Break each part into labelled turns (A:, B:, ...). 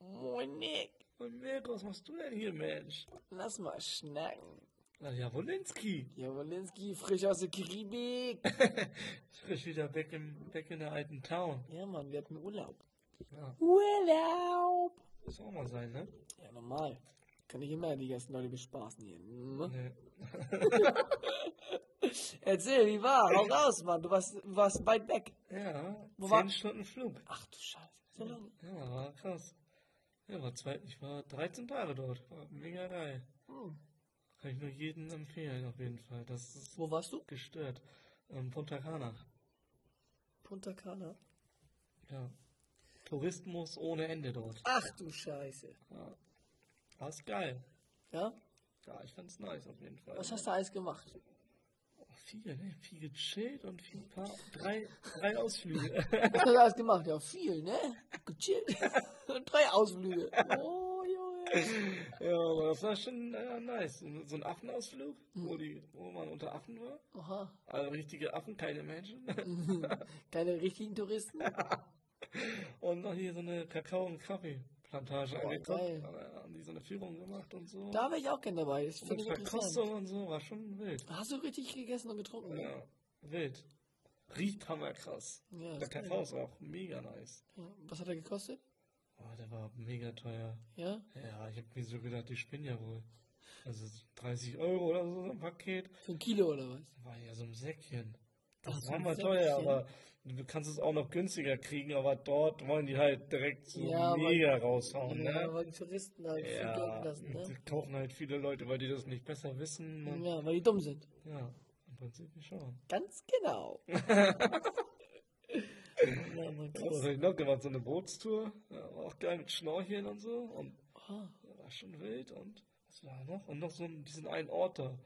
A: Moin Nick,
B: Und Nick, was machst du denn hier, Mensch?
A: lass mal schnacken.
B: Na ja, Wolinski.
A: Ja, Wolinski, frisch aus der Karibik.
B: Frisch wieder back in, back in der alten Town.
A: ja, Mann, wir hatten Urlaub.
B: Ja,
A: Urlaub!
B: muss auch mal sein, ne?
A: Ja, normal. Kann ich immer die ganzen Leute bespaßen hier. Mhm.
B: Nee.
A: Erzähl, wie war? Hau raus, Mann. Du warst, warst weit weg.
B: Ja,
A: Wo
B: zehn
A: war-
B: Stunden Flug.
A: Ach du Scheiße. So lange.
B: Ja, war krass. Ja, war zwei, ich war 13 Tage dort. War mega geil.
A: Hm.
B: Kann ich nur jedem empfehlen, auf jeden Fall. Das ist
A: Wo warst du?
B: gestört. Ähm, Punta Cana.
A: Punta Cana.
B: Ja. Tourismus ohne Ende dort.
A: Ach du Scheiße.
B: Ja. War ist geil.
A: Ja?
B: Ja, ich fand's nice auf jeden Fall.
A: Was hast du alles gemacht?
B: Oh, viel, ne? Viel gechillt und viel paar. Drei, drei Ausflüge.
A: Was hast du alles gemacht? Ja, viel, ne? Gechillt. Drei Ausflüge. Oh, Junge.
B: ja, aber das war schon äh, nice. So so ein Affenausflug,
A: Mhm.
B: wo, die, wo man unter Affen war.
A: Aha.
B: Also richtige Affen, keine Menschen.
A: Keine richtigen Touristen?
B: und noch hier so eine Kakao- und Kaffeeplantage
A: geil.
B: angeguckt. Da haben die so eine Führung gemacht und so.
A: Da wäre ich auch gerne dabei. Das
B: und
A: finde ich
B: mit
A: interessant.
B: Verkostung und so, war schon wild.
A: Hast du richtig gegessen und getrunken? ne?
B: Ja, wild. Riecht hammer krass.
A: Ja,
B: der
A: ist geil.
B: Kakao ist auch mega nice.
A: Ja. Was hat er gekostet?
B: Oh, der war mega teuer.
A: Ja?
B: Ja, ich hab mir so gedacht, ich spinne ja wohl. Also 30 Euro oder so, so ein Paket.
A: Für ein Kilo oder was?
B: War ja so ein Säckchen. Das
A: Ach, so
B: war
A: ein
B: mal teuer,
A: Säckchen.
B: aber du kannst es auch noch günstiger kriegen, aber dort wollen die halt direkt so
A: Ja, aber-
B: mega raushauen,
A: Ja,
B: ne?
A: weil die Touristen halt viel
B: Ja,
A: Geld lassen,
B: die
A: ne?
B: kaufen halt viele Leute, weil die das nicht besser wissen. Und,
A: Ja, weil die dumm sind.
B: ja, im Prinzip schon.
A: Ganz genau. ja, man
B: Ja, Was
A: krass.
B: hab ich noch gemacht? So eine Bootstour. Ja, war auch geil mit Schnorcheln und so. Und
A: Ah,
B: ja, war schon wild. Und was war noch? Und noch so einen- diesen einen Ort da.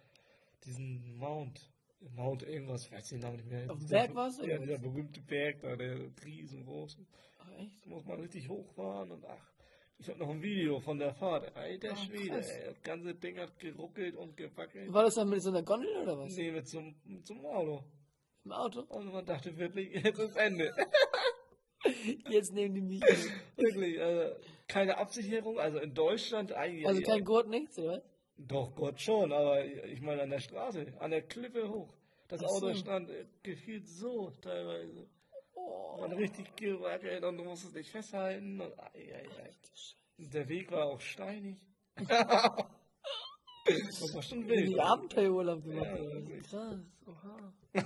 B: Diesen Mount. Mount irgendwas, ich weiß den Namen nicht mehr.
A: Auf dem
B: Dieser-
A: Berg warst du,
B: Ja,
A: oder
B: dieser
A: was?
B: berühmte Berg da, der riesengroße.
A: ah, echt?
B: Da muss man richtig hochfahren und ach, ich habe noch ein Video von der Fahrt. Alter
A: Ah,
B: Schwede,
A: krass.
B: ey, das ganze Ding hat geruckelt und gewackelt.
A: War das dann mit so einer Gondel oder was?
B: Nee, mit zum, mit zum Auto.
A: Im Auto?
B: Und man dachte wirklich, jetzt ist Ende.
A: Jetzt nehmen die mich mit.
B: wirklich, also, keine Absicherung, also in Deutschland eigentlich.
A: Also kein Gurt, nichts, oder? was?
B: Doch Gott schon, aber ich meine an der Straße, an der Klippe hoch. Das
A: Ach
B: Auto
A: so.
B: stand äh, gefühlt so teilweise.
A: Oh,
B: Man richtig gewackelt und du musstest dich festhalten. Und, ei, ei, ei.
A: du Scheiße.
B: Der Weg war auch steinig. das war schon
A: Wenn die
B: wild.
A: Abenteuerurlaub gemacht
B: Ja,
A: haben.
B: wirklich.
A: Krass, oha.
B: Ja,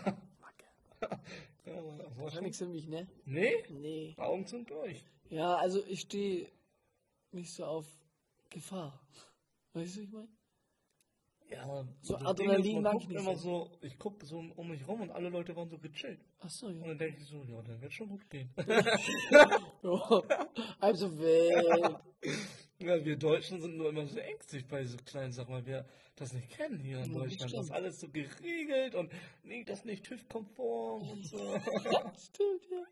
B: das war
A: War
B: schon...
A: nichts für mich, ne?
B: Nee,
A: Nee.
B: Augen sind durch.
A: Ja, also ich stehe nicht so auf Gefahr. Weißt du, was ich meine?
B: Ja,
A: So
B: das
A: Adrenalin
B: Ding ist, man
A: mag
B: guckt
A: ich nicht
B: Immer
A: so.
B: so, ich gucke so um mich rum und alle Leute waren so gechillt.
A: Ach so,
B: Und
A: ja.
B: dann denke ich so, ja, dann wird schon gut gehen.
A: Oh, also wild.
B: ja, wir Deutschen sind nur immer so ängstlich bei so kleinen Sachen, weil wir das nicht kennen hier in
A: Ja, das
B: Deutschland. Das ist
A: stimmt.
B: alles so geregelt und nee, das nicht TÜV-konform und so.
A: Stimmt, ja.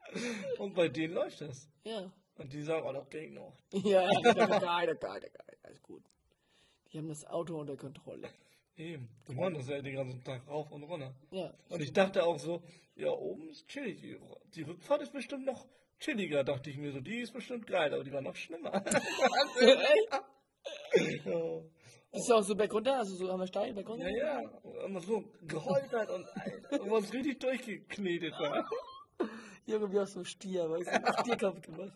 B: und bei denen läuft das.
A: Ja.
B: Und die sagen, oh, das geht noch.
A: Ja, geil, geil, geil. Alles gut. Die haben das Auto unter Kontrolle.
B: Eben, die wollen das ja den ganzen Tag rauf und runter.
A: Ja.
B: Und ich dachte auch so, ja, oben ist chillig. Die- Die Rückfahrt ist bestimmt noch chilliger, dachte ich mir so. Die ist bestimmt geil, aber die war noch schlimmer. ja,
A: Ist ja auch so bergunter, also so haben wir steil bergunter.
B: ja, ja. Und so geholpert und äh, und was richtig durchgeknetet war.
A: Junge, wie auch so ein Stier, weißt du, Stierkampf gemacht.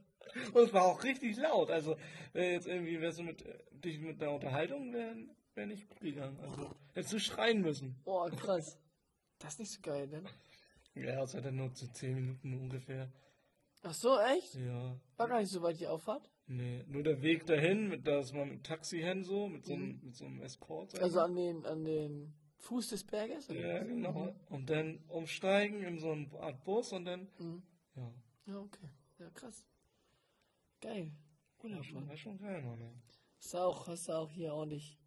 B: Und es war auch richtig laut. Also, wenn jetzt irgendwie wärst du mit, äh, dich mit einer Unterhaltung, wäre wär nicht gut gegangen. Also, hättest du schreien müssen.
A: Oh, krass. Das ist nicht so geil, ne?
B: Ja, es hat dann nur zu 10 Minuten ungefähr.
A: Ach so, echt?
B: Ja.
A: War gar nicht so weit die Auffahrt?
B: Nee, nur der Weg dahin, mit, da ist man mit dem Taxi hin, so, mit so einem, mit so einem Escort. sag ich
A: Mhm. Also
B: mal.
A: an den, an den Fuß des Berges? oder?
B: ja,
A: Mhm.
B: genau. Und dann umsteigen in so eine Art Bus und dann,
A: Mhm.
B: ja,
A: Ja, okay. Ja, krass. Geil.
B: war schon,
A: Wunderschön.
B: war schon geil, Mann.
A: Hast du auch, hast du auch hier ordentlich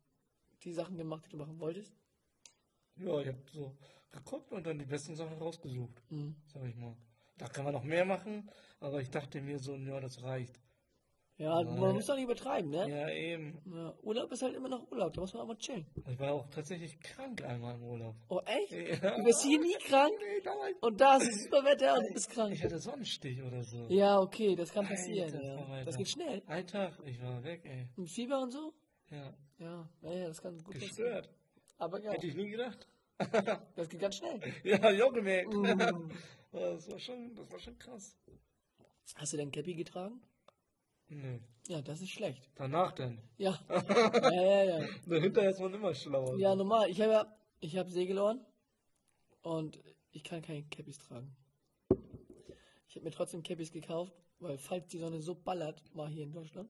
A: die Sachen gemacht, die du machen wolltest?
B: ey. Ja, ich hab so geguckt und dann die besten Sachen rausgesucht,
A: Mhm.
B: sag ich mal. Da kann man noch mehr machen, aber ich dachte mir so, ja, das reicht.
A: Ja, man muss doch nicht übertreiben, ne?
B: Ja, eben.
A: Ja, Urlaub ist halt immer noch Urlaub, da muss man auch mal chillen.
B: Ich war auch tatsächlich krank einmal im Urlaub.
A: Oh, echt?
B: Ja.
A: Du bist hier nie krank
B: Nee, damals.
A: und da ist es super Wetter und du bist
B: Ich
A: krank.
B: hatte Sonnenstich oder so.
A: Ja, okay, das kann passieren.
B: Alter
A: ja.
B: Verwalter.
A: Das geht schnell.
B: Ein Tag, ich war weg, ey.
A: Mit Fieber und so?
B: Ja.
A: Ja, naja, das kann gut passieren.
B: Gestört.
A: Aber ja,
B: Hätte ich nie gedacht. Mhm.
A: das geht ganz schnell.
B: Ja, hab ich auch gemerkt.
A: Mm.
B: Das war schon, das war schon krass.
A: Hast du dein Cappy getragen?
B: Nee.
A: Ja, das ist schlecht.
B: Danach dann.
A: Ja. ja, ja, ja.
B: Dahinter ist man immer schlauer.
A: Ja, normal. Ich habe ja, ich habe Segelohren und ich kann keine Cappies tragen. Ich habe mir trotzdem Cappies gekauft, weil falls die Sonne so ballert, mal hier in Deutschland,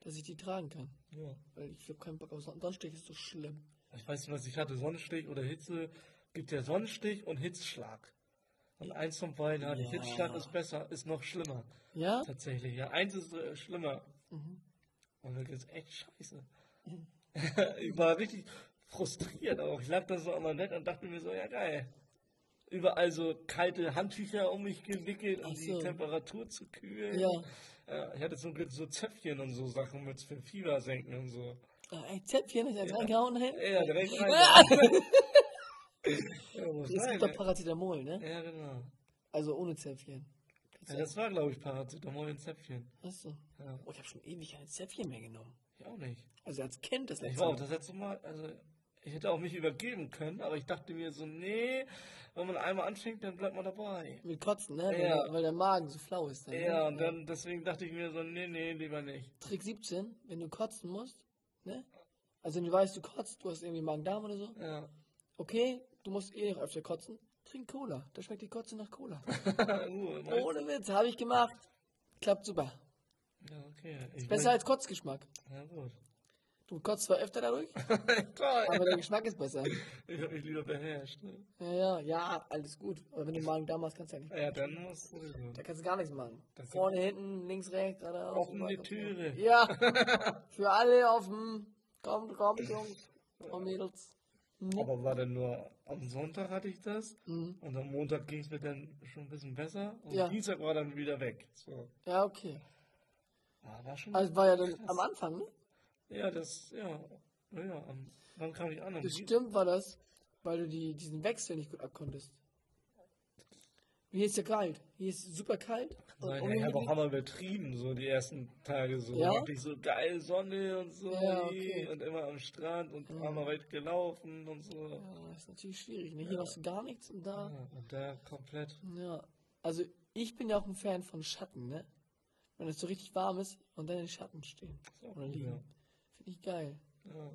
A: dass ich die tragen kann.
B: Ja.
A: Weil ich habe keinen Bock auf Son- Sonnenstich, ist so schlimm.
B: Ich weiß nicht, was ich hatte. Sonnenstich oder Hitze. Gibt ja Sonnenstich und Hitzschlag. Und eins von beiden hatte ich.
A: Ja.
B: Hitzschlag ist besser, ist noch schlimmer.
A: Ja?
B: Tatsächlich. Ja, eins ist äh, schlimmer.
A: Mhm.
B: Und mir geht's echt scheiße. ich war richtig frustriert auch. Ich lag da so am Nett und dachte mir so, ja geil. Überall so kalte Handtücher um mich gewickelt, um
A: Ach so.
B: die Temperatur zu kühlen.
A: Ja.
B: Ja, ich hatte zum Glück so Zöpfchen und so Sachen mit für Fieber senken und so.
A: Ah, ein Zäpfchen ist ja reingehauen hin.
B: Ja, direkt rein. ja, muss
A: Es
B: sein,
A: gibt doch Paracetamol, ne?
B: ja. ja, genau.
A: Also ohne Zäpfchen.
B: Ja, das war, glaube ich, Paracetamol in Zäpfchen.
A: Achso.
B: Ja.
A: Oh, ich habe schon ewig keine Zäpfchen mehr genommen.
B: Ich auch nicht.
A: Also als Kind das
B: Ich
A: letzte
B: war auch
A: Mal.
B: das letzte Mal, also ich hätte auch mich übergeben können, aber ich dachte mir so, nee, wenn man einmal anfängt, dann bleibt man dabei.
A: Mit Kotzen, ne? Weil,
B: Ja.
A: der, weil der Magen so flau ist. Dann, ne?
B: Ja, und dann deswegen dachte ich mir so, nee, nee, lieber nicht.
A: Trick 17, wenn du kotzen musst, ne? Also wenn du weißt, du kotzt, du hast irgendwie Magen-Darm oder so.
B: Ja,
A: Okay, du musst eh noch öfter kotzen. Trink Cola, da schmeckt die Kotze nach Cola.
B: Ruhe, meinst
A: Ohne Witz, habe ich gemacht. Klappt super.
B: du? ja okay. Ich
A: Besser als Kotzgeschmack.
B: mein, ja, gut.
A: Du kotzt zwar öfter dadurch,
B: Toll.
A: aber der Geschmack ist besser.
B: Ich hab mich lieber beherrscht. Ne?
A: Ja, ja, ja, alles gut. Aber wenn du Magen-Darm hast, kannst du ja nicht.
B: Ja, dann musst du.
A: Da kannst du gar nichts machen.
B: Das sind-
A: Vorne, hinten, links, rechts. Oder
B: Offene
A: überall kommst du.
B: Türe.
A: Ja, für alle offen. Kommt, kommt, Jungs und Mädels.
B: Aber war dann nur am Sonntag hatte ich das und am Montag ging es mir dann schon ein bisschen besser und
A: Mhm. Ja.
B: Dienstag war dann wieder weg. So.
A: Ja, okay.
B: Ja, war schon.
A: Also war ja dann am Anfang, ne?
B: ja, das, ja. Naja, am- wann kam ich an? Am Dienstag?
A: Bestimmt war das, weil du die, diesen Wechsel nicht gut abkonntest. Hier ist ja kalt. Hier ist super kalt. Und
B: Nein, ich habe auch
A: ungemütlich.
B: Hammer übertrieben, so die ersten Tage so.
A: Ja?
B: Wirklich so geil Sonne und so.
A: Ja, okay.
B: Und immer am Strand und Hammer weit gelaufen und so.
A: ja, ist natürlich schwierig. Ne? Hier machst du gar nichts und da.
B: Ja, und da komplett.
A: Ja. Also ich bin ja auch ein Fan von Schatten, ne? Wenn es so richtig warm ist und dann in den Schatten stehen
B: Ja,
A: oder liegen.
B: ja.
A: Finde ich geil.
B: Ja,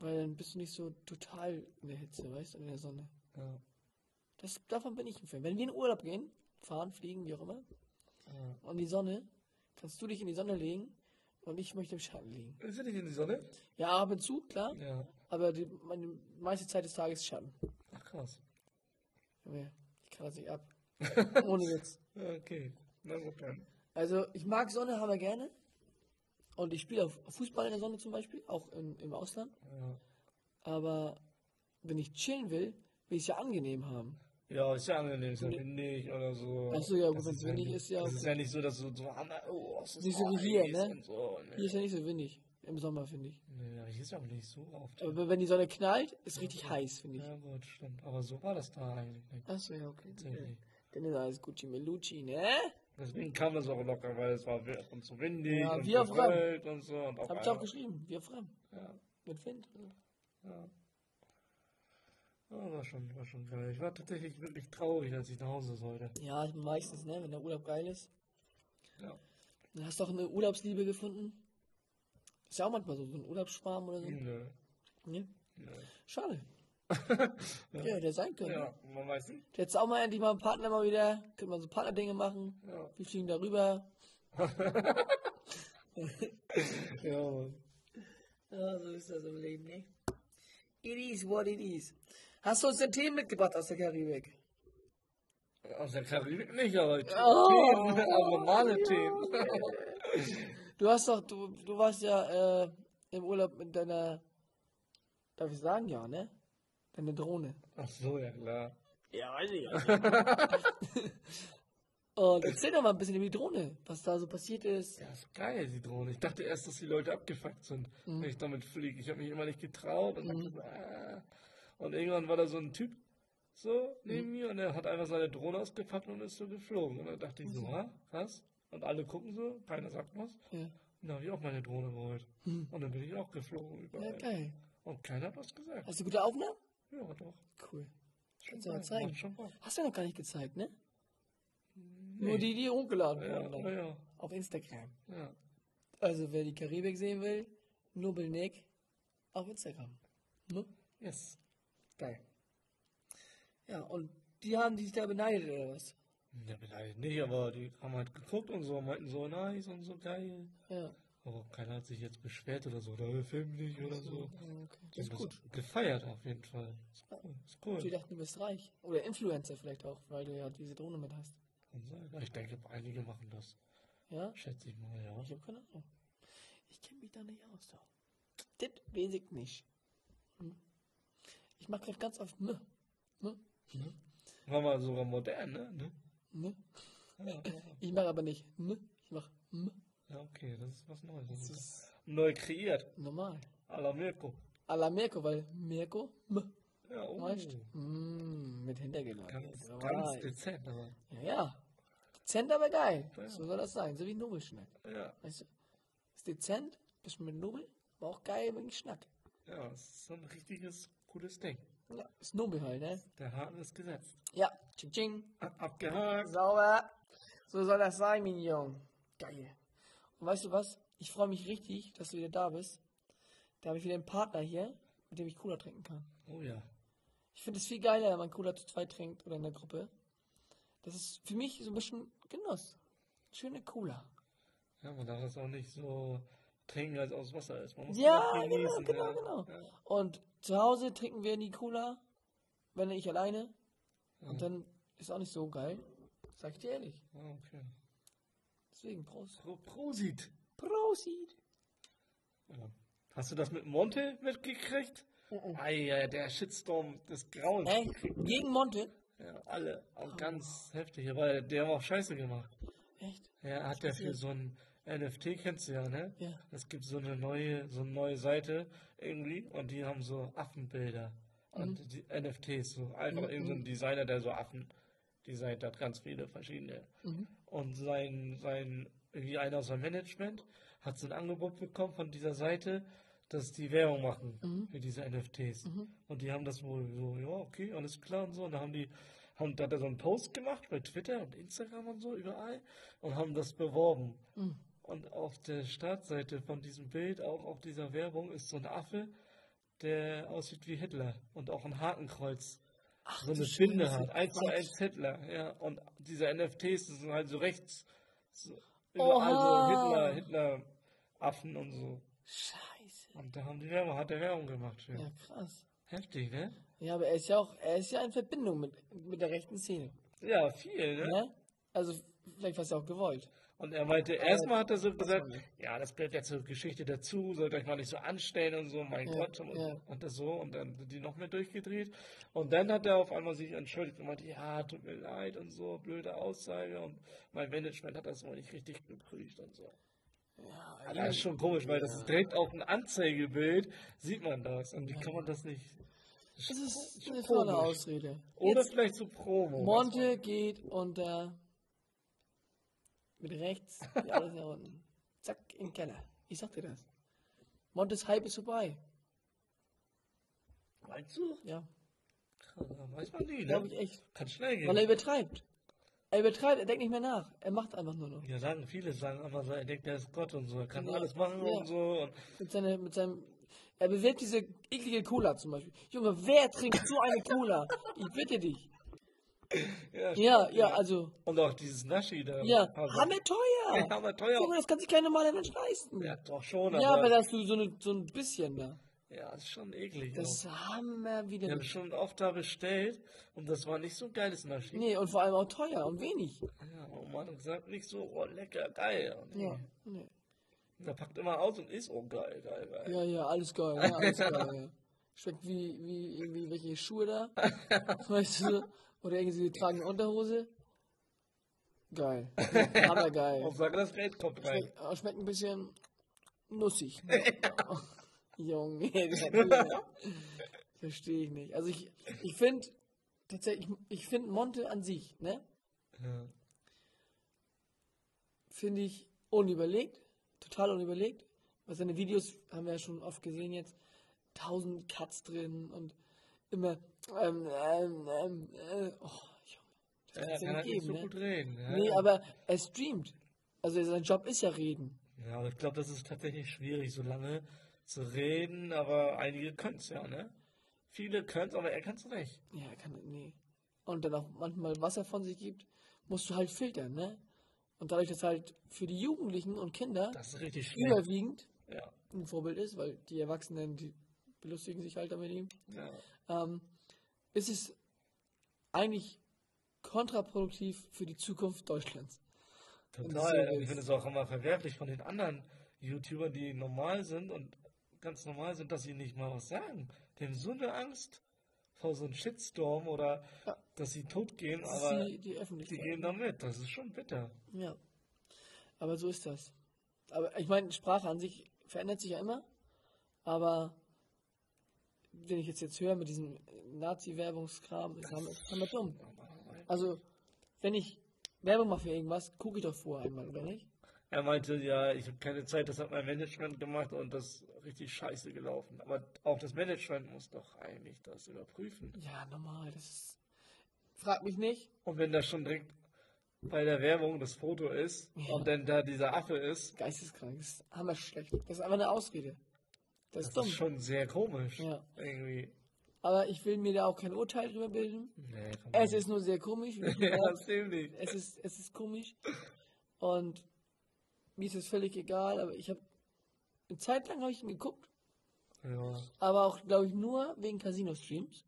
A: Weil dann bist du nicht so total in der Hitze, weißt du, in der Sonne.
B: ja,
A: Das, davon bin ich ein Fan. Wenn wir in Urlaub gehen, fahren, fliegen, wie auch immer,
B: ja.
A: und die Sonne, kannst du dich in die Sonne legen und ich möchte im Schatten liegen.
B: Ist er nicht in die Sonne?
A: Ja, ab und zu, klar,
B: Ja.
A: aber die, meine meiste Zeit des Tages ist Schatten.
B: Ach krass.
A: Junge, Ich kann das nicht ab. Ohne Witz.
B: Ja, Okay. Na gut dann.
A: Also, ich mag Sonne, haben wir gerne. Und ich spiele auch Fußball in der Sonne zum Beispiel, auch im, im Ausland.
B: Ja.
A: Aber wenn ich chillen will, will ich es ja angenehm haben.
B: Ja, ist ja angenehm, ist ja windig oder so.
A: Ach so, ja, gut,
B: Das
A: wenn's windig
B: nicht-
A: ist, ja,
B: Das ist
A: okay.
B: ja nicht so, dass du so Hammer, oh, es ist
A: Nicht so wie hier,
B: heiß
A: ne?
B: Und so, ne?
A: Hier ist ja nicht so windig. Im Sommer, finde ich.
B: Nee, aber hier ist ja auch nicht so oft.
A: Aber wenn die Sonne knallt, ist richtig heiß, finde ich.
B: Ja gut, stimmt. Aber so war das da eigentlich nicht.
A: Achso, ja, okay.
B: Tatsächlich.
A: Dann ist alles Gucci Melucci, ne?
B: Deswegen kam das auch locker, weil es war wir- und so windig
A: Ja,
B: und
A: wir
B: so
A: waren-
B: kalt und so. Und auf
A: Hab ich auch
B: einmal-
A: geschrieben. Wir fremd.
B: ja,
A: Mit Wind.
B: ja. ja, war schon, war schon geil. Ich war tatsächlich wirklich traurig, als ich nach Hause sollte.
A: Ja, meistens, ne? Wenn der Urlaub geil ist.
B: Ja.
A: Dann hast du auch eine Urlaubsliebe gefunden. Ist ja auch manchmal so, so ein Urlaubsschwarm oder so.
B: Hm, Nö,
A: Ne?
B: nö.
A: Schade. ja. hätte sein können.
B: Ja, man weiß nicht.
A: Jetzt auch mal endlich mal einen Partner mal wieder. Könnte man so Partnerdinge machen.
B: Ja.
A: Wir fliegen darüber.
B: Ja, Mann.
A: Ja, so ist das im Leben, ne? It is what it is. Hast du uns den Tee mitgebracht aus der Karibik?
B: Aus der Karibik nicht, aber Themen,
A: Oh.
B: aber normale Themen.
A: Du hast doch, du, du warst ja äh, im Urlaub mit deiner, darf ich sagen, ja, ne? Deine Drohne.
B: Ach so, ja klar.
A: Ja, weiß ich ja. Und Oh, erzähl doch mal ein bisschen über die Drohne, was da so passiert ist.
B: Ja, ist geil, die Drohne. Ich dachte erst, dass die Leute abgefuckt sind,
A: Mhm.
B: wenn ich damit fliege. Ich habe mich immer nicht getraut und dachte, so, ah. Und irgendwann war da so ein Typ so
A: Mhm.
B: neben mir und er hat einfach seine Drohne ausgepackt und ist so geflogen. Und dann dachte ich so,
A: Mhm.
B: ha, was? Und alle gucken so, keiner sagt was.
A: Ja,
B: Und dann habe ich auch meine Drohne geholt. Und dann bin ich auch geflogen
A: Mhm. ja
B: überall.
A: geil.
B: und keiner hat was gesagt.
A: Hast du gute Aufnahmen?
B: Ja, doch.
A: Cool. Kannst du
B: geil,
A: mal zeigen.
B: macht schon Bock.
A: Hast du ja noch gar nicht gezeigt, ne? Nur die, die hochgeladen
B: Ja,
A: wurden.
B: ja, ja.
A: Auf Instagram.
B: ja.
A: Also wer die Karibik sehen will, Nubbelnick auf Instagram. Ne?
B: Yes.
A: Geil. Ja, und die haben dich da beneidet, oder was?
B: Ja, beleidigt nicht, aber die haben halt geguckt und so und meinten so nice und so geil.
A: Ja.
B: Aber keiner hat sich jetzt beschwert oder so, oder wir filmen nicht oder so.
A: Ja, okay.
B: Die
A: Das ist
B: haben
A: gut.
B: Gefeiert auf jeden Fall. Ist cool. Ist cool.
A: Die dachten, du bist reich. Oder Influencer vielleicht auch, weil du ja diese Drohne mit hast.
B: Kann sein. Ja, Ich denke, einige machen das.
A: Ja?
B: Schätze ich mal, ja.
A: Ich habe keine Ahnung. Ich kenne mich da nicht aus. So. Das weiß ich nicht. Hm. Ich mache gerade ganz oft ne. Ne?
B: War mal sogar modern, ne? ne?
A: Ne?
B: Ja,
A: Ich mache aber nicht ne. Ich mache ne.
B: ja, okay, das ist was Neues.
A: Das ist
B: Neu kreiert.
A: normal.
B: A la Mirko.
A: A la Mirko, weil Mirko ne.
B: Ja, oh.
A: Weißt mm, Mit Hintergeläut.
B: Ganz,
A: Normal.
B: ganz dezent, aber.
A: Ja, ja. Dezent, aber geil.
B: Ja.
A: So soll das sein. So wie Nobelschnack.
B: Ja,
A: Weißt du? Ist dezent, bisschen mit Nobel, aber auch geil mit dem Schnack.
B: ja, es ist so ein richtiges, gutes Ding.
A: Ja, ist Nobel halt, ne?
B: Der Haken ist gesetzt.
A: Ja, tsching, tsching.
B: Ab, abgehakt.
A: Sauber. So soll das sein, Mignon. Geil. Und weißt du was? Ich freue mich richtig, dass du wieder da bist. Da habe ich wieder einen Partner hier, mit dem ich Cola trinken kann.
B: Oh ja.
A: Ich finde es viel geiler, wenn man Cola zu zweit trinkt oder in der Gruppe. Das ist für mich so ein bisschen Genuss. Schöne Cola.
B: Ja, man darf es auch nicht so trinken, als aus Wasser ist. Man muss
A: Ja,
B: das
A: genau,
B: genießen,
A: genau,
B: ja.
A: genau.
B: Ja.
A: Und zu Hause trinken wir nie Cola, wenn ich alleine. Und dann ist auch nicht so geil. Sag ich dir ehrlich.
B: Ah, Okay.
A: Deswegen Prost.
B: Pro Prosit.
A: Prosit.
B: Ja. Hast du das mit Monte mitgekriegt? Eieiei, der Shitstorm des Grauens.
A: Ey, gegen Monte?
B: Ja, alle.
A: Ah.
B: Auch ganz heftig. Aber der hat auch Scheiße gemacht.
A: Echt?
B: Ja, hat ja für so ein NFT, kennst du ja, ne?
A: Ja.
B: Es gibt so eine neue, so eine neue Seite irgendwie und die haben so Affenbilder.
A: Mhm.
B: Und die NFTs, so einfach irgendein so ein Designer, der so Affen designt hat, ganz viele verschiedene. Und sein, sein, irgendwie einer aus seinem Management hat so ein Angebot bekommen von dieser Seite, dass die Werbung machen für diese NFTs. Und die haben das wohl so, ja, okay, alles klar und so. Und da haben die, haben, da hat er so einen Post gemacht bei Twitter und Instagram und so, überall, und haben das beworben. Und auf der Startseite von diesem Bild, auch auf dieser Werbung, ist so ein Affe, der aussieht wie Hitler und auch ein Hakenkreuz. so eine
A: du
B: Binde
A: Scheiße.
B: hat. Eins zu eins Hitler, ja. Und diese NFTs das sind halt so rechts. So, überall
A: Oha.
B: so Hitler, Hitler-Affen und so.
A: Scheiße.
B: Und da haben die Werbung, hat der Werbung gemacht. Für.
A: Ja, krass.
B: Heftig, ne?
A: Ja, aber er ist ja auch, er ist ja in Verbindung mit, mit der rechten Szene.
B: Ja, viel, ne?
A: Ne? Also, vielleicht war es ja auch gewollt.
B: Und er meinte, erstmal hat er so gesagt,
A: war nicht.
B: ja, das gehört ja zur Geschichte dazu, sollt euch mal nicht so anstellen und so, mein
A: Ja,
B: Gott, und,
A: ja.
B: und das so, und dann sind die noch mehr durchgedreht. Und dann hat er auf einmal sich entschuldigt und meinte, ja, tut mir leid und so, blöde Aussage, und mein Management hat das wohl nicht richtig geprüft und so.
A: Ja,
B: Aber das ist schon komisch, weil das ist direkt auf ein Anzeigebild, sieht man das, und wie kann man das nicht?
A: das ist eine
B: Komisch.
A: volle Ausrede.
B: Oder
A: Jetzt,
B: vielleicht so Promo.
A: Monte geht unter. Mit rechts, geht alles nach unten. Zack, in den Keller. Ich sag dir das. Montes Hype ist vorbei.
B: Meinst du?
A: Ja,
B: Weiß man nie,
A: glaube ich
B: ne?
A: echt.
B: Kann schnell
A: Weil er
B: gehen.
A: übertreibt. Er übertreibt, er denkt nicht mehr nach. Er macht einfach nur noch.
B: Ja, sagen viele, sagen aber so, er denkt, er ist Gott und so, er kann
A: Ja.
B: alles machen
A: Ja.
B: und so. Und
A: Mit, seiner, mit seinem. Er bewirbt diese eklige Cola zum Beispiel. Junge, wer trinkt so eine Cola? Ich bitte dich.
B: Ja,
A: Ja, ja, also.
B: Und auch dieses Naschi da.
A: Ja,
B: Also,
A: hammerteuer!
B: Ja, hammerteuer.
A: Junge, das kann sich kein normaler Mensch leisten.
B: ja, doch schon,
A: Ja, aber da hast du so, ne, so ein bisschen da.
B: ja, ist schon eklig.
A: Das
B: auch.
A: ist Hammer
B: Wir
A: wieder.
B: haben schon oft da bestellt und das war nicht so ein geiles Naschi.
A: Nee, und vor allem auch teuer und wenig.
B: Ja, und man hat gesagt, nicht so, oh, lecker, geil. Und
A: Ja, nee.
B: Da packt immer aus und ist, oh, geil, geil, geil.
A: ja, ja, alles geil. Ja, alles geil ja. Schmeckt wie, wie irgendwie welche Schuhe da. Weißt du? Oder irgendwie sie tragen eine Unterhose. Geil. Aber geil.
B: Hauptsache das Geld kommt rein.
A: Schmeckt, äh, schmeckt ein bisschen nussig. Junge, der Verstehe ich nicht. Also ich, ich finde tatsächlich, ich finde Monte an sich, ne?
B: Ja.
A: Finde ich unüberlegt, total unüberlegt. Weil seine Videos haben wir ja schon oft gesehen jetzt. Tausend Cuts drin und immer ähm, ähm, ähm, äh, oh, Junge, das
B: Er
A: kannst du ja
B: kann halt
A: nicht
B: nicht so
A: geben, ne?
B: gut reden. Ja.
A: Nee, aber er streamt. Also sein Job ist ja reden.
B: ja, aber ich glaube, das ist tatsächlich schwierig, so lange zu reden, aber einige können es ja, ne? Viele können es, aber er kann es nicht.
A: Ja, er kann, nee. Und dann auch manchmal, was er von sich gibt, musst du halt filtern, ne? Und dadurch, dass halt für die Jugendlichen und Kinder
B: Das ist richtig schwierig.
A: überwiegend
B: Ja.
A: ein Vorbild ist, weil die Erwachsenen, die belustigen sich halt damit ihm,
B: ja.
A: ähm, ist es eigentlich kontraproduktiv für die Zukunft Deutschlands.
B: Total.
A: so
B: Und
A: ist.
B: ich finde es auch immer verwerflich von den anderen YouTubern, die normal sind und ganz normal sind, dass sie nicht mal was sagen. Die haben so eine Angst vor so einem Shitstorm oder
A: Ja.
B: dass sie totgehen,
A: Das ist
B: aber
A: die, die
B: die
A: Öffentlichkeit.
B: gehen da mit. Das ist schon bitter.
A: Ja. Aber so ist das. Aber ich meine, Sprache an sich verändert sich ja immer. Aber wenn ich jetzt jetzt höre mit diesem Nazi-Werbungskram, ist damit ist damit dumm. Also, wenn ich Werbung mache für irgendwas, gucke ich doch vorher einmal, oder nicht?
B: Er meinte, ja, ich habe keine Zeit, das hat mein Management gemacht und das ist richtig scheiße gelaufen. Aber auch das Management muss doch eigentlich das überprüfen.
A: Ja, normal. Das ist. Frag mich nicht.
B: Und wenn da schon direkt bei der Werbung das Foto ist
A: Ja.
B: und dann da dieser Affe ist,
A: Geisteskrank. Das ist hammer schlecht. Das ist einfach eine Ausrede. Das
B: das
A: ist dumm.
B: ist schon sehr komisch.
A: Ja.
B: Irgendwie.
A: Aber ich will mir da auch kein Urteil drüber bilden.
B: Nee, komm,
A: Es ist nur sehr komisch. wie du
B: ja,
A: sagst.
B: das stimmt nicht.
A: es ist, es ist komisch. Und mir ist es völlig egal, aber ich habe eine Zeit lang habe ich ihn geguckt,
B: Ja.
A: aber auch, glaube ich, nur wegen Casino-Streams.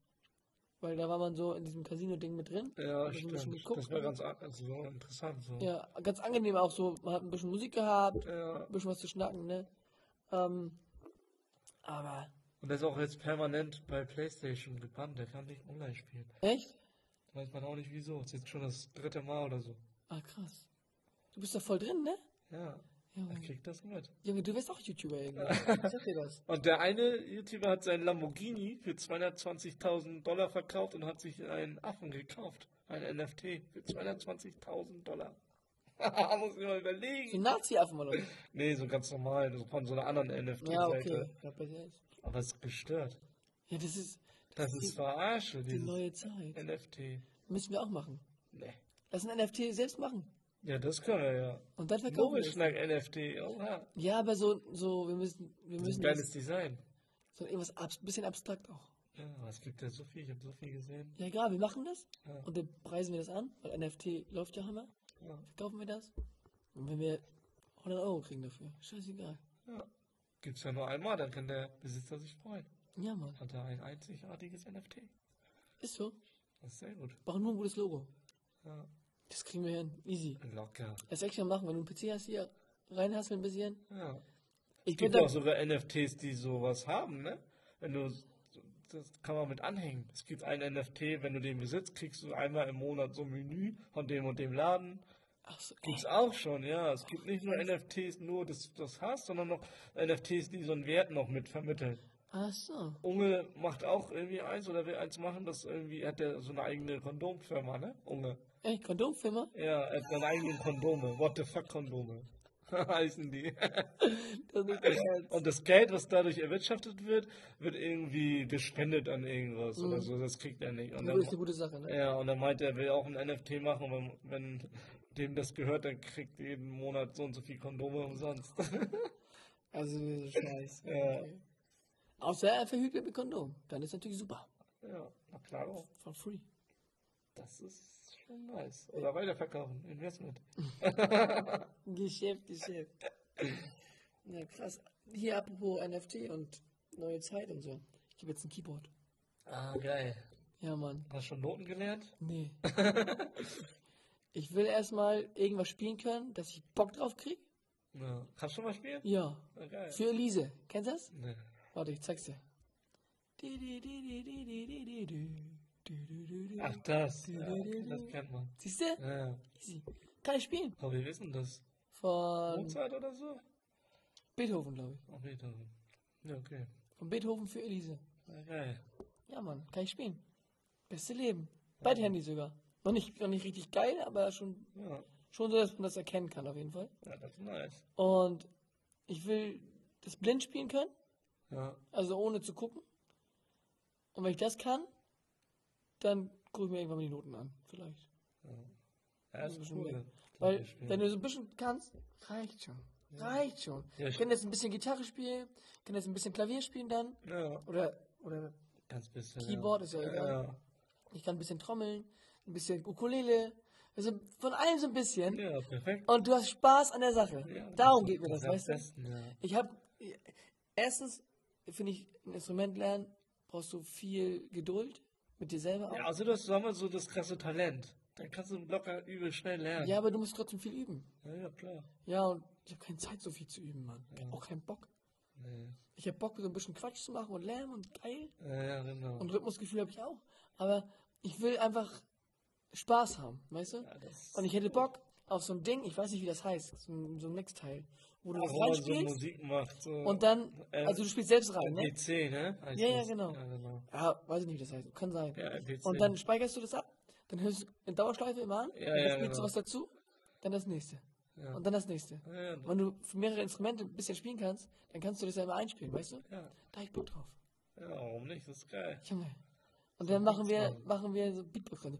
A: Weil da war man so in diesem Casino-Ding mit drin. Hab
B: Ja,
A: ich ein bisschen
B: stimmt.
A: geguckt.
B: das war ganz an- also, so interessant. So.
A: ja, ganz angenehm auch so. Man hat ein bisschen Musik gehabt,
B: Ja.
A: ein bisschen was zu schnacken, ne? Ähm, aber,
B: Und der ist auch jetzt permanent bei PlayStation gebannt. Der kann nicht online spielen.
A: echt?
B: Weiß man auch nicht wieso. Ist jetzt schon das dritte Mal oder so.
A: Ah, krass. Du bist da voll drin, ne?
B: Ja. Er
A: Junge,
B: kriegt das mit.
A: Junge du wirst auch YouTuber irgendwann. Ich sag dir das.
B: Und der eine YouTuber hat seinen Lamborghini für 220.000 Dollar verkauft und hat sich einen Affen gekauft. Ein NFT für 220.000 Dollar. Muss ich mal
A: So
B: überlegen.
A: Nazi-Affen oder was?
B: Nee, so ganz normal. so von so einer anderen NFT-Seite.
A: Ja, okay. Ja, besser ist.
B: Aber es ist gestört.
A: Ja, das ist
B: Das ist Verarsche,
A: die
B: dieses
A: neue Zeit.
B: NFT.
A: Müssen wir auch machen.
B: Nee.
A: Lass ein NFT selbst machen.
B: Ja, das können wir ja.
A: Und dann verkaufen wir es.
B: Mogelschnack NFT. Oha.
A: Ja, aber so, so, wir müssen, wir
B: Das ist ein
A: müssen
B: oh geiles
A: das,
B: Design.
A: so irgendwas abs bisschen abstrakt auch.
B: Ja, aber es gibt ja so viel. Ich habe so viel gesehen.
A: Ja, egal, wir machen das
B: Ja.
A: und dann preisen wir das an, weil NFT läuft ja Hammer.
B: Ja.
A: Verkaufen wir das. Und wenn wir 100 Euro kriegen dafür, scheißegal.
B: ja. Gibt's ja nur einmal, dann kann der Besitzer sich freuen.
A: Ja, Mann,
B: Hat er ein einzigartiges NFT.
A: ist so.
B: Das ist sehr gut.
A: Brauchen nur ein gutes Logo.
B: Ja.
A: Das kriegen wir hin, easy.
B: Locker.
A: Das extra machen, wenn du einen PC hast hier, reinhasseln ein bisschen.
B: Ja.
A: Ich bin
B: Gibt
A: da,
B: auch sogar NFTs, die sowas haben, ne? Wenn du das kann man mit anhängen. Es gibt einen NFT, wenn du den besitzt, kriegst du einmal im Monat so ein Menü von dem und dem Laden.
A: ach so,
B: Gibt's auch schon, ja. Es gibt nicht nur NFTs, nur das, das hast, sondern noch NFTs, die so einen Wert noch mit vermitteln.
A: ach so.
B: Unge macht auch irgendwie eins oder will eins machen, das irgendwie hat er so eine eigene Kondomfirma, ne? Unge.
A: Ey, Kondomfirma?
B: Ja, er hat seine eigenen Kondome. What the fuck Kondome? heißen die.
A: Das ist nicht dein Ernst.
B: Und das Geld, was dadurch erwirtschaftet wird, wird irgendwie gespendet an irgendwas oder Mhm. so. Das kriegt er nicht. Und
A: Das ist eine
B: dann,
A: gute Sache, ne?
B: ja, und dann meint er, er will auch ein NFT machen. Wenn, wenn dem das gehört, dann kriegt er jeden Monat so und so viel Kondome umsonst.
A: Also, scheiße.
B: ja.
A: Okay. Außer er verhütet mit Kondom. Dann ist natürlich super.
B: ja, na klar. doch.
A: Von free.
B: Das ist schon nice. Oder weiterverkaufen, Investment.
A: Geschäft, Geschäft. Na krass. Hier apropos NFT und neue Zeit und so. Ich habe jetzt ein Keyboard.
B: Ah, geil.
A: Ja, Mann.
B: Hast du schon Noten gelernt?
A: Nee. ich will erstmal irgendwas spielen können, dass ich Bock drauf kriege.
B: Ja. Kannst du schon mal spielen?
A: Ja.
B: Ah, geil.
A: Für Elise. Kennst du das?
B: Nee.
A: Warte, ich zeig's dir. Di, di, di, di, di, di, di, di, di. Di, di, di, di.
B: Ach, das. Ja, okay, das kennt man.
A: Siehst du?
B: Ja.
A: Easy. Kann ich spielen.
B: Aber wir wissen das.
A: Von
B: Mozart oder so?
A: Beethoven, glaube ich.
B: Ach, Beethoven. Ja, okay.
A: Von Beethoven für Elise.
B: Ja, geil.
A: Ja, Mann, kann ich spielen. Beste Leben. Beide Handys sogar. Noch nicht, noch nicht richtig geil, aber schon,
B: Ja,
A: schon so, dass man das erkennen kann, auf jeden Fall.
B: ja das ist nice.
A: Und ich will das blind spielen können,
B: Ja,
A: also ohne zu gucken. Und wenn ich das kann, dann gucke ich mir irgendwann mal die Noten an, vielleicht.
B: ja das ist
A: bisschen
B: cool.
A: mehr.
B: Klavier
A: Weil,
B: spielen.
A: wenn du so ein bisschen kannst, reicht schon. Reicht schon.
B: Ja,
A: ich
B: ich-
A: kann jetzt ein bisschen Gitarre spielen, kann jetzt ein bisschen Klavier spielen dann.
B: Ja,
A: Oder, oder
B: ganz bisschen.
A: Keyboard ist ja egal. ich kann ein bisschen trommeln, ein bisschen Ukulele. Also von allem so ein bisschen.
B: Ja, ja perfekt.
A: Und du hast Spaß an der Sache.
B: Ja,
A: Darum geht mir das,
B: das ist am
A: weißt du?
B: besten, ja.
A: Ich habe erstens finde ich ein Instrument lernen brauchst du viel Geduld mit dir selber auch.
B: Ja,
A: Ja.
B: also das haben wir so das krasse Talent. Dann kannst du locker übel schnell lernen.
A: aber du musst trotzdem viel üben.
B: ja, ja klar.
A: Ja, und ich habe keine Zeit so viel zu üben, Mann. Ich
B: Genau.
A: hab Auch keinen Bock.
B: Nee.
A: Ich habe Bock so ein bisschen Quatsch zu machen und Lärm und geil
B: Ja, ja, genau.
A: und Rhythmusgefühl habe ich auch, aber ich will einfach Spaß haben, weißt du?
B: ja, das
A: Und ich hätte Bock auf so ein Ding, ich weiß nicht, wie das heißt, so ein, so ein Mixteil, wo du
B: Ach,
A: das
B: wo man so
A: reinspielst
B: Musik macht. So.
A: und dann,
B: äh,
A: also du spielst selbst rein, ne?
B: MPC, ne? Heißt
A: Ja, ja,
B: das.
A: genau.
B: Ja, genau.
A: Ja, weiß ich nicht, wie das heißt. Kann sein.
B: Ja, NPC.
A: und dann speicherst du das ab, dann hörst du in Dauerschleife immer an,
B: Ja,
A: dann
B: ja,
A: spielst du
B: genau.
A: was dazu, dann das nächste.
B: Ja.
A: Und dann das nächste.
B: Ja, ja,
A: Und Wenn du für mehrere Instrumente ein bisschen spielen kannst, dann kannst du das ja immer einspielen, weißt du?
B: ja.
A: Da hab ich Bock drauf.
B: ja, warum nicht? Das ist geil.
A: Junge. Und dann machen wir,
B: Beats
A: machen wir so Beatbox rein.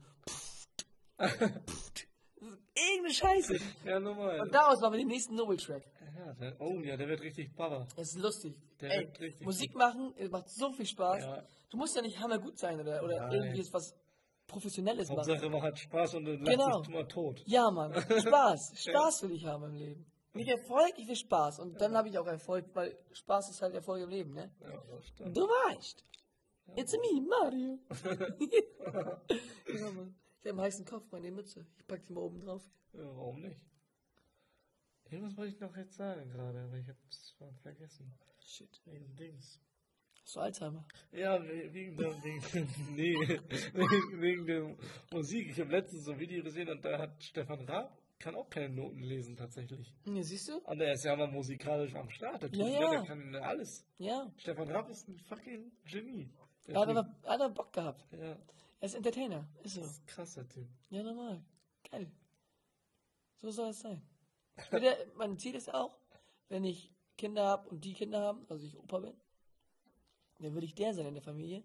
A: Irgendeine Scheiße.
B: Ja, normal.
A: Und daraus machen wir den nächsten Nobel-Track.
B: ja, der, oh ja, der wird richtig Baba.
A: Das ist lustig.
B: Der
A: Ey,
B: wird richtig
A: Musik machen äh, macht so viel Spaß.
B: Ja.
A: Du musst ja nicht hammergut sein oder, oder
B: Nein.
A: irgendwie was Professionelles machen.
B: Hauptsache, man hat Spaß und dann lacht
A: Genau.
B: dich mal tot.
A: Ja, Mann. Spaß. Spaß will ich haben im Leben. Nicht Erfolg, ich will Spaß. Und dann habe ich auch Erfolg, weil Spaß ist halt Erfolg im Leben, ne?
B: Ja, das stimmt.
A: Du weißt. It's me, Mario. ja, Mann. Der im heißen Kopf, meine Mütze. Ich pack die mal oben drauf.
B: Ja, warum nicht? Irgendwas wollte ich noch jetzt sagen gerade, aber ich hab's mal vergessen.
A: Shit.
B: Wegen Dings.
A: Hast du Alzheimer?
B: Ja, we- wegen dem, wegen, nee, wegen, wegen der Musik. Ich habe letztens so ein Video gesehen und da hat Stefan Raab, kann auch keine Noten lesen tatsächlich.
A: Hm, Ja, siehst du?
B: Und er ist ja mal musikalisch am Start. Der, typ,
A: Ja,
B: ne?
A: ja.
B: der kann alles.
A: Ja.
B: Stefan Raab ist ein fucking Genie. Der
A: Er hat
B: Typ.
A: aber, hat aber Bock gehabt.
B: ja,
A: Er ist Entertainer. Ist so.
B: das ist ein krasser Typ.
A: Ja, normal. Geil. So soll es sein. Ich will ja, mein Ziel ist auch, wenn ich Kinder habe und die Kinder haben, also ich Opa bin, dann würde ich der sein in der Familie,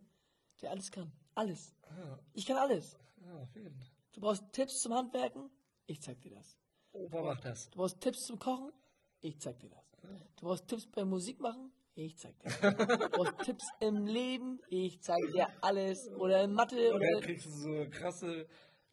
A: der alles kann. Alles.
B: Ah,
A: Ich kann alles.
B: ah, auf jeden Fall.
A: Du brauchst Tipps zum Handwerken? Ich zeig dir das.
B: Opa macht das.
A: Du brauchst Tipps zum Kochen? Ich zeig dir das. Du brauchst Tipps beim Musik machen? Ich zeig dir das. Du brauchst Tipps im Leben? Ich zeig dir alles. Oder in Mathe?
B: Und dann
A: Oder
B: kriegst du so krasse,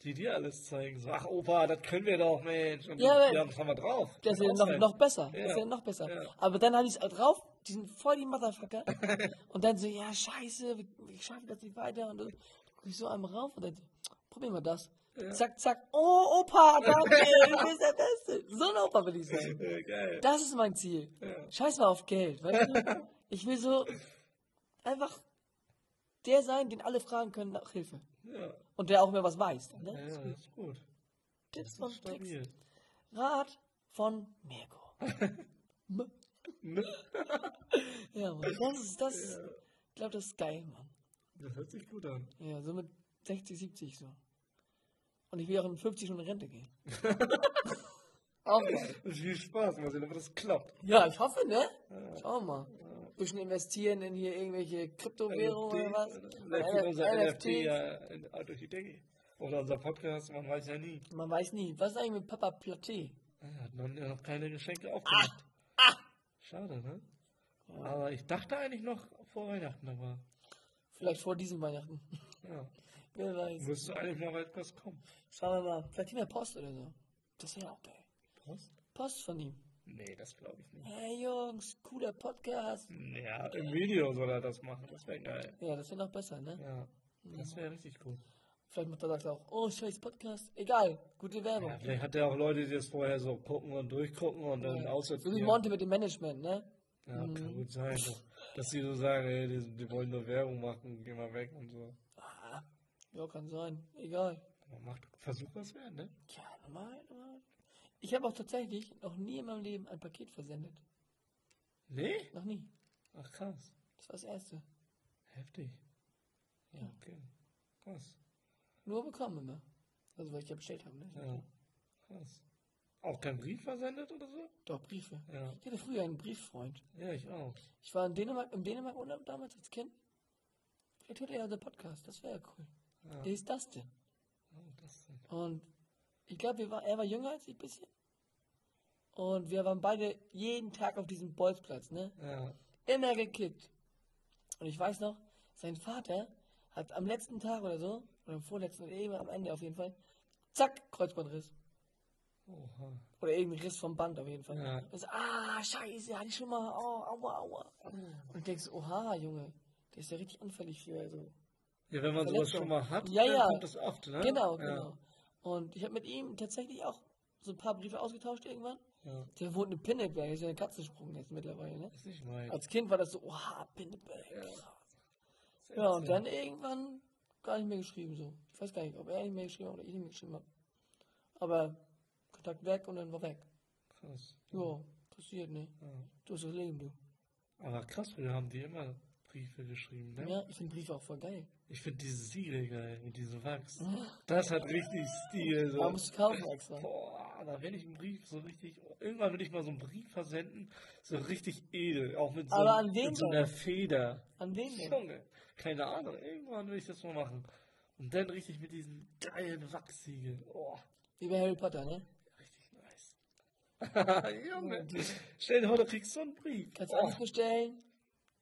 B: die dir alles zeigen. So, ach Opa, das können wir doch, Mensch. Und
A: Ja, aber-
B: ja, das haben wir drauf.
A: das ist ja
B: Kann
A: noch,
B: sein.
A: noch besser.
B: Ja.
A: Das ist ja noch besser.
B: Ja.
A: Aber dann hatte ich es drauf, die sind voll die Motherfucker. und dann so, ja, scheiße, wir, wir schaffen das nicht weiter. Und dann guck ich so einmal rauf und dann so, probier mal das. Zack, zack, oh Opa, danke, du bist der Beste. So ein Opa will ich sein.
B: Ja, Äh, geil.
A: Das ist mein Ziel. Scheiß mal auf Geld, weißt du? Ich will so einfach der sein, den alle fragen können nach Hilfe.
B: Ja,
A: Und der auch mehr was weiß.
B: ja,
A: Ne?
B: das ist gut.
A: Tipps
B: Das
A: von
B: ist
A: Tricks.
B: stabil.
A: Rat von Mirko. M-
B: Ne?
A: ja, Mann. Das ist, das ist, ich glaube, das ist geil, Mann.
B: Das hört sich gut an.
A: Ja, so mit 60, 70 so. Und ich will auch in 50 schon in Rente gehen. auch geil.
B: Viel Spaß, mal sehen, ob das klappt.
A: Ja, ich hoffe, ne? Schau mal. Ein bisschen investieren in hier irgendwelche Kryptowährungen oder was.
B: Vielleicht geht unser
A: N-
B: NFT ja in, durch die Decke. Oder unser Podcast, man weiß ja nie.
A: Man weiß nie. Was ist eigentlich mit Papa Platé?
B: Er hat noch, noch keine Geschenke aufgemacht. ah. Schade, ne? Aber ich dachte eigentlich noch vor Weihnachten, aber
A: Vielleicht vor diesem Weihnachten.
B: ja.
A: Wer weiß.
B: Müsste eigentlich mal weit was kommen.
A: Schauen wir mal. Vielleicht mehr Post oder so. Das wäre auch geil.
B: Was?
A: Post von ihm.
B: Nee, das glaube ich nicht.
A: Hey Jungs, cooler Podcast.
B: Ja, im Video soll er das machen. Das wäre geil.
A: Ja, das wäre noch besser, ne?
B: Ja, das wäre richtig gut.
A: Vielleicht macht er sagt er auch, oh, scheiß Podcast. Egal. Gute Werbung.
B: Ja, vielleicht hat er auch Leute, die das vorher so gucken und durchgucken und dann
A: so wie
B: aussortieren.
A: Monte mit dem Management, ne?
B: Ja, kann gut sein. Dass, dass die so sagen, ey, die, die wollen nur Werbung machen, geh mal weg und so.
A: Ah, Ja, kann sein. Egal.
B: Aber macht, versuch was werden, ne?
A: Ja, normal, normal. Ich habe auch tatsächlich noch nie in meinem Leben ein Paket versendet.
B: Nee?
A: Noch nie.
B: Ach krass.
A: Das war das erste.
B: Heftig.
A: Ja.
B: Okay. Krass.
A: Nur bekommen immer. Also, weil ich ja bestellt habe, ne?
B: Ja. Krass. Auch kein Brief versendet oder so?
A: Doch, Briefe.
B: Ja.
A: Ich hatte früher einen Brieffreund.
B: Ja, ich auch.
A: Ich war in Dänemark, im Dänemark Urlaub damals als Kind. Vielleicht hört er ja den Podcast, das wäre ja cool.
B: Ja.
A: Der hieß Dustin.
B: Oh, das denn?
A: Und ich glaube, war, er war jünger als ich ein bisschen. Und wir waren beide jeden Tag auf diesem Bolzplatz, ne?
B: Ja.
A: Immer gekickt. Und ich weiß noch, sein Vater hat am letzten Tag oder so, oder am vorletzten, oder irgendwann am Ende auf jeden Fall, zack, Kreuzbandriss.
B: Oha.
A: Oder irgendein Riss vom Band auf jeden Fall.
B: Ja.
A: Und so, ah, scheiße, hatte ich schon mal, oh, aua, aua. Und ich denke so, oha, Junge, der ist ja richtig anfällig für also, so.
B: Ja, wenn man sowas
A: Verletzung.
B: schon mal hat,
A: Ja,
B: dann
A: ja.
B: kommt das oft, ne?
A: Genau,
B: ja.
A: genau. Und ich habe mit ihm tatsächlich auch so ein paar Briefe ausgetauscht irgendwann.
B: Ja.
A: Der wohnt in Pinneberg, ist ja eine Katzensprung jetzt mittlerweile, ne?
B: Ist nicht mein.
A: Als Kind war das so, oha, Pinneberg. krass. Ja, und dann irgendwann gar nicht mehr geschrieben so. Ich weiß gar nicht, ob er nicht mehr geschrieben hat oder ich nicht mehr geschrieben habe. Aber Kontakt weg und dann war weg.
B: Krass.
A: Jo, passiert, ne?
B: Ja.
A: Du hast das Leben, du.
B: Aber krass, früher haben die immer Briefe geschrieben, ne?
A: Ja, ich finde Briefe auch voll geil.
B: Ich finde diese Siegel geil, mit diesem Wachs. Das hat richtig Stil.
A: Da
B: So.
A: musst du kaufen extra.
B: Boah, da will ich einen Brief so richtig. Irgendwann will ich mal so einen Brief versenden, so richtig edel. Auch mit so,
A: Aber an wen
B: mit so
A: denn?
B: einer Feder.
A: An den denn?
B: Junge, keine Ahnung, irgendwann will ich das mal machen. Und dann richtig mit diesem geilen Wachssiegel. Oh,
A: Wie bei Harry Potter, ne?
B: richtig nice. Junge, stell dir vor, du kriegst so einen Brief.
A: Kannst
B: oh,
A: alles bestellen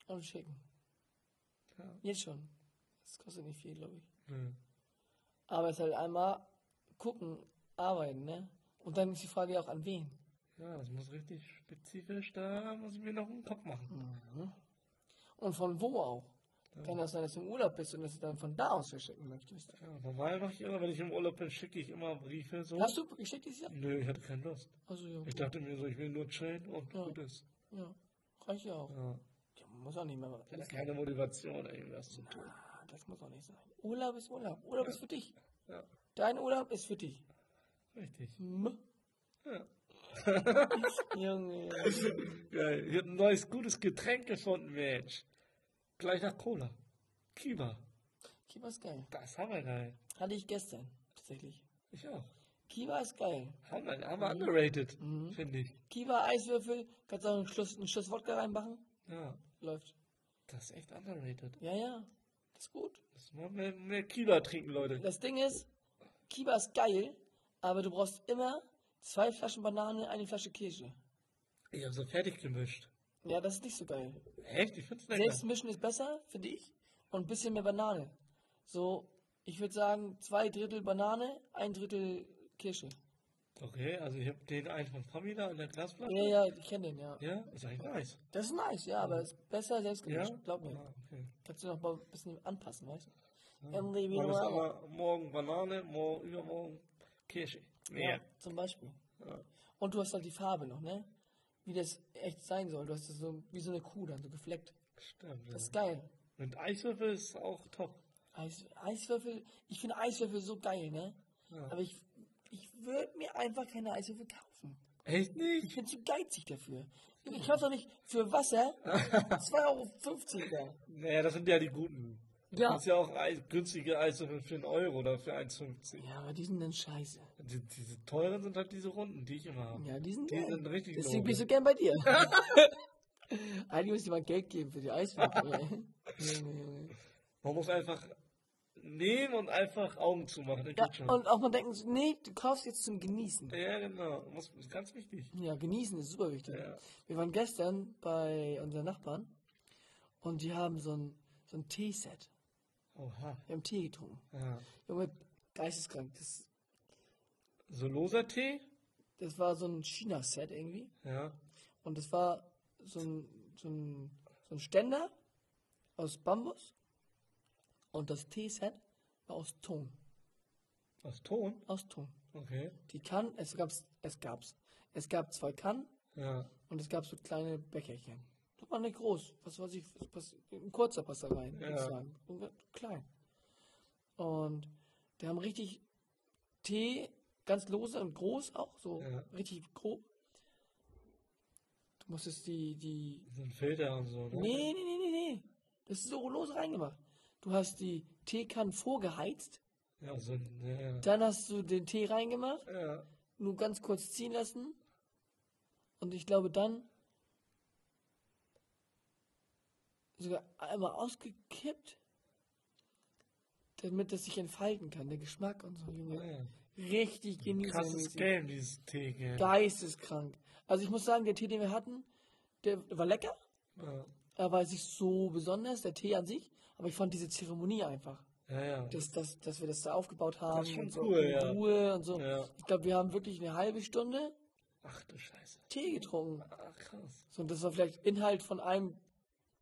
A: und schicken.
B: Ja.
A: Jetzt schon. Das kostet nicht viel, glaube ich.
B: ne.
A: Aber es ist halt einmal gucken, arbeiten, ne? Und dann ist die Frage ja auch an wen.
B: Ja, das muss richtig spezifisch, da muss ich mir noch einen Kopf machen.
A: Mhm. Und von wo auch. Kann das sein, dass du im Urlaub bist und dass du dann von da aus verschicken möchtest.
B: Ja, normal mache ich immer, wenn ich im Urlaub bin, schicke ich immer Briefe so.
A: Hast du geschickt dieses Jahr?
B: Nö, ich hatte keine Lust.
A: Also ja,
B: Ich dachte mir so, ich will nur chillen und
A: Ja.
B: gut ist.
A: ja. Reicht ja auch.
B: Ja.
A: Ja, muss auch nicht mehr.
B: Ich hatte keine Motivation, irgendwas zu tun.
A: Ah, Das muss auch nicht sein. Urlaub ist Urlaub. Urlaub ist für dich.
B: Ja,
A: Dein Urlaub ist für dich.
B: richtig.
A: Hm.
B: Ja.
A: Junge.
B: Geil. Ich habe ein neues gutes Getränk gefunden, Mensch. Gleich nach Cola. Kiba.
A: Kiba ist geil.
B: Das haben wir geil.
A: Hatte ich gestern, tatsächlich.
B: Ich auch.
A: Kiba ist geil.
B: Haben wir, haben
A: Mhm.
B: wir underrated, finde ich.
A: Kiba, Eiswürfel, kannst auch einen Schuss, einen Schuss Wodka reinmachen.
B: Ja,
A: Läuft.
B: das ist echt underrated.
A: Ja, ja. Ist gut.
B: Müssen wir mehr, mehr Kiba trinken, Leute.
A: Das Ding ist, Kiba ist geil, aber du brauchst immer zwei Flaschen Banane, eine Flasche Kirsche.
B: Ich habe so fertig gemischt.
A: Ja, das ist nicht so geil.
B: Echt? Ich find's lecker.
A: Selbst mischen ist besser, finde ich. Und ein bisschen mehr Banane. So, ich würde sagen, zwei Drittel Banane, ein Drittel Kirsche.
B: Okay, also ich habe den einen von Famila in der Glasflasche.
A: Ja, ja, ich kenne den, ja.
B: Ja, ist eigentlich nice.
A: Das ist nice, ja, aber ist besser selbst
B: Ja?
A: gemischt. Glaub mir.
B: Ah, okay.
A: Kannst du noch mal ein bisschen anpassen, weißt du?
B: Ja.
A: Emily, wie
B: Man ist
A: normal.
B: aber morgen Banane, morgen, übermorgen Kirsche.
A: Ja,
B: Mehr.
A: zum Beispiel.
B: Ja.
A: Und du hast halt die Farbe noch, ne? Wie das echt sein soll. Du hast das so wie so eine Kuh dann, so gefleckt.
B: Stimmt.
A: Das
B: Ja.
A: ist geil.
B: Und Eiswürfel ist auch top.
A: Eis, Eiswürfel, ich finde Eiswürfel so geil, ne?
B: Ja.
A: Aber ich, ich würde mir einfach keine Eiswürfel kaufen.
B: Echt
A: Ich
B: nicht?
A: bin zu geizig dafür. Ich kaufe doch nicht für Wasser 2,50 Euro.
B: Naja, das sind ja die guten.
A: Ja.
B: Das ist ja auch Eis, günstige Eiswürfel für einen Euro oder für 1,50.
A: Ja, aber die sind dann scheiße.
B: Die, diese teuren sind halt diese runden, die ich immer habe.
A: Ja, die sind
B: Die
A: geil.
B: sind richtig
A: Deswegen bin ich
B: low.
A: so gern bei dir. Eigentlich muss ich mal Geld geben für die Eiswürfel. ey. Junge, Junge.
B: Man muss einfach nehmen und einfach Augen zumachen. dann
A: Ja,
B: geht's schon.
A: und auch mal denken, so, nee, du kaufst jetzt zum Genießen.
B: ja genau. Muss, ist ganz wichtig.
A: Ja, genießen ist super wichtig.
B: Ja.
A: Wir waren gestern bei unseren Nachbarn und die haben so ein, so ein Teeset.
B: Oha.
A: Wir haben Tee getrunken.
B: Ja.
A: Junge, geisteskrank. Das,
B: So loser Tee?
A: das war so ein China-Set irgendwie.
B: Ja.
A: Und das war so ein, so ein, so ein Ständer aus Bambus. Und das Teeset war aus Ton.
B: Aus Ton?
A: Aus Ton.
B: Okay.
A: Die Kann, es gab's, es gab's. Es gab zwei Kannen
B: Ja.
A: und es gab so kleine Becherchen. Das war nicht groß. Was weiß ich, was, was, ein kurzer passt da rein,
B: Ja.
A: würde ich sagen. Und wir- klein. Und wir haben richtig Tee ganz lose und groß auch, so
B: Ja.
A: richtig grob. Du musstest die, die.
B: So ein Filter und so, ne?
A: Nee, nee, nee, nee, nee. Das ist so lose reingemacht. Du hast die Teekanne vorgeheizt,
B: Ja, so ein, ja,
A: dann hast du den Tee reingemacht,
B: ja. ja.
A: nur ganz kurz ziehen lassen. Und ich glaube dann sogar einmal ausgekippt, damit das sich entfalten kann, der Geschmack und so, Junge.
B: ja, ja.
A: Richtig
B: Krasses
A: genießen.
B: Game, dieses Tee, gell?
A: Geisteskrank. Also ich muss sagen, der Tee, den wir hatten, der war lecker,
B: Ja,
A: er war jetzt nicht so besonders, der Tee an sich, aber ich fand diese Zeremonie einfach,
B: ja. ja.
A: dass, dass, dass wir das da aufgebaut haben
B: schon
A: und so
B: cool,
A: in
B: ja.
A: Ruhe und so.
B: Ja.
A: Ich glaube, wir haben wirklich eine halbe Stunde
B: Ach du Scheiße.
A: Tee getrunken.
B: Ach krass.
A: So, und das war vielleicht Inhalt von einem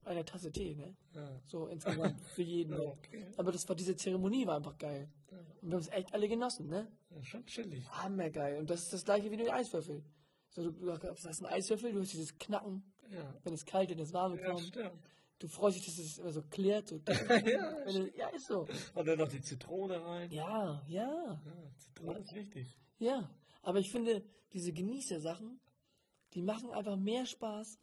A: einer Tasse Tee, ne?
B: Ja.
A: So insgesamt für jeden.
B: Ja,
A: ne?
B: okay.
A: Aber das war diese Zeremonie war einfach geil.
B: Ja.
A: Und wir haben es echt alle genossen, ne?
B: Ja, schon chillig.
A: Hammergeil. Und das ist das gleiche wie mit den Eiswürfeln. So, du, du hast einen Eiswürfel, du hast dieses Knacken,
B: Ja.
A: wenn es kalt in das Warme
B: Ja,
A: kommt.
B: stimmt.
A: Du freust dich, dass es immer so klärt. So.
B: ja.
A: Wenn du, ja, ist so.
B: Und dann noch die Zitrone rein.
A: Ja, ja,
B: Ja, Zitrone ist wichtig.
A: ja. Aber ich finde, diese Genießer-Sachen, die machen einfach mehr Spaß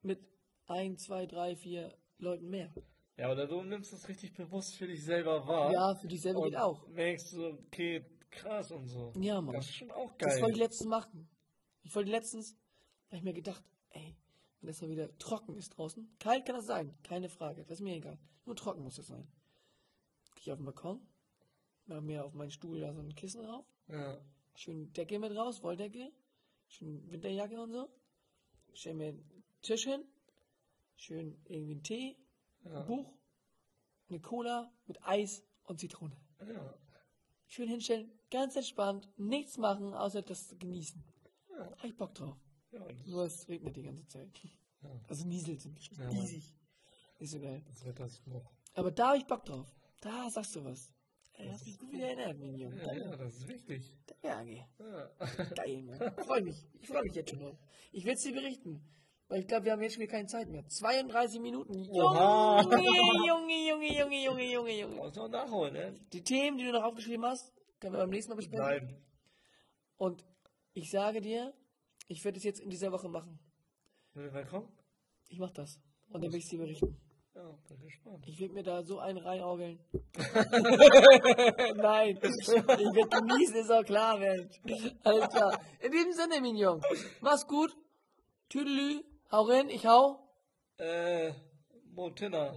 A: mit ein, zwei, drei, vier Leuten mehr.
B: Ja, oder du nimmst das richtig bewusst für dich selber wahr.
A: Ja, für dich selber
B: und
A: geht auch.
B: merkst du, okay, krass und so.
A: Ja, Mann.
B: Das ist schon auch
A: Das
B: geil.
A: wollte ich letztens machen. Ich wollte letztens, habe ich mir gedacht, ey, wenn das mal wieder trocken ist draußen, kalt kann das sein, keine Frage, das ist mir egal. Nur trocken muss das sein. Geh ich auf den Balkon, mache mir auf meinen Stuhl da so ein Kissen drauf,
B: ja.
A: schön Decke mit raus, Wolldecke, schön Winterjacke und so. Stell mir einen Tisch hin, schön irgendwie einen Tee,
B: Ja.
A: ein Buch, eine Cola mit Eis und Zitrone.
B: Ja.
A: Schön hinstellen, ganz entspannt, nichts machen, außer das genießen.
B: Ja.
A: Hab ich Bock drauf.
B: Ja, und
A: Nur es regnet die ganze Zeit.
B: Ja.
A: Also nieselt sind nicht
B: Ja.
A: riesig. Ist so geil.
B: das Wetter ist noch.
A: Aber da hab ich Bock drauf. Da sagst du was. Ey, hast mich gut wieder erinnert, mein Junge.
B: Ja, ja, das ist wichtig.
A: Danke.
B: Ja.
A: Danke. Geil, Mann. Ich freu mich. Ich freu mich jetzt schon drauf. Ich will's dir berichten. Weil ich glaube, wir haben jetzt schon wieder keine Zeit mehr. 32 Minuten.
B: Oha.
A: Junge, Junge, Junge, Junge, Junge, Junge, Junge.
B: Muss noch nachholen, ne?
A: Die Themen, die du noch aufgeschrieben hast, können wir beim nächsten Mal besprechen.
B: Nein.
A: Und ich sage dir, ich werde es jetzt in dieser Woche machen.
B: Will wir mal kommen?
A: Ich mach das. Und dann will ich dir berichten.
B: Ja, bin gespannt.
A: Ich will mir da so einen reinorgeln. Nein, ich will genießen, ist auch klar, Mensch. Alles klar. In diesem Sinne, Mignon, mach's gut. Tüdelü, hau rein, ich hau.
B: Äh, Motina.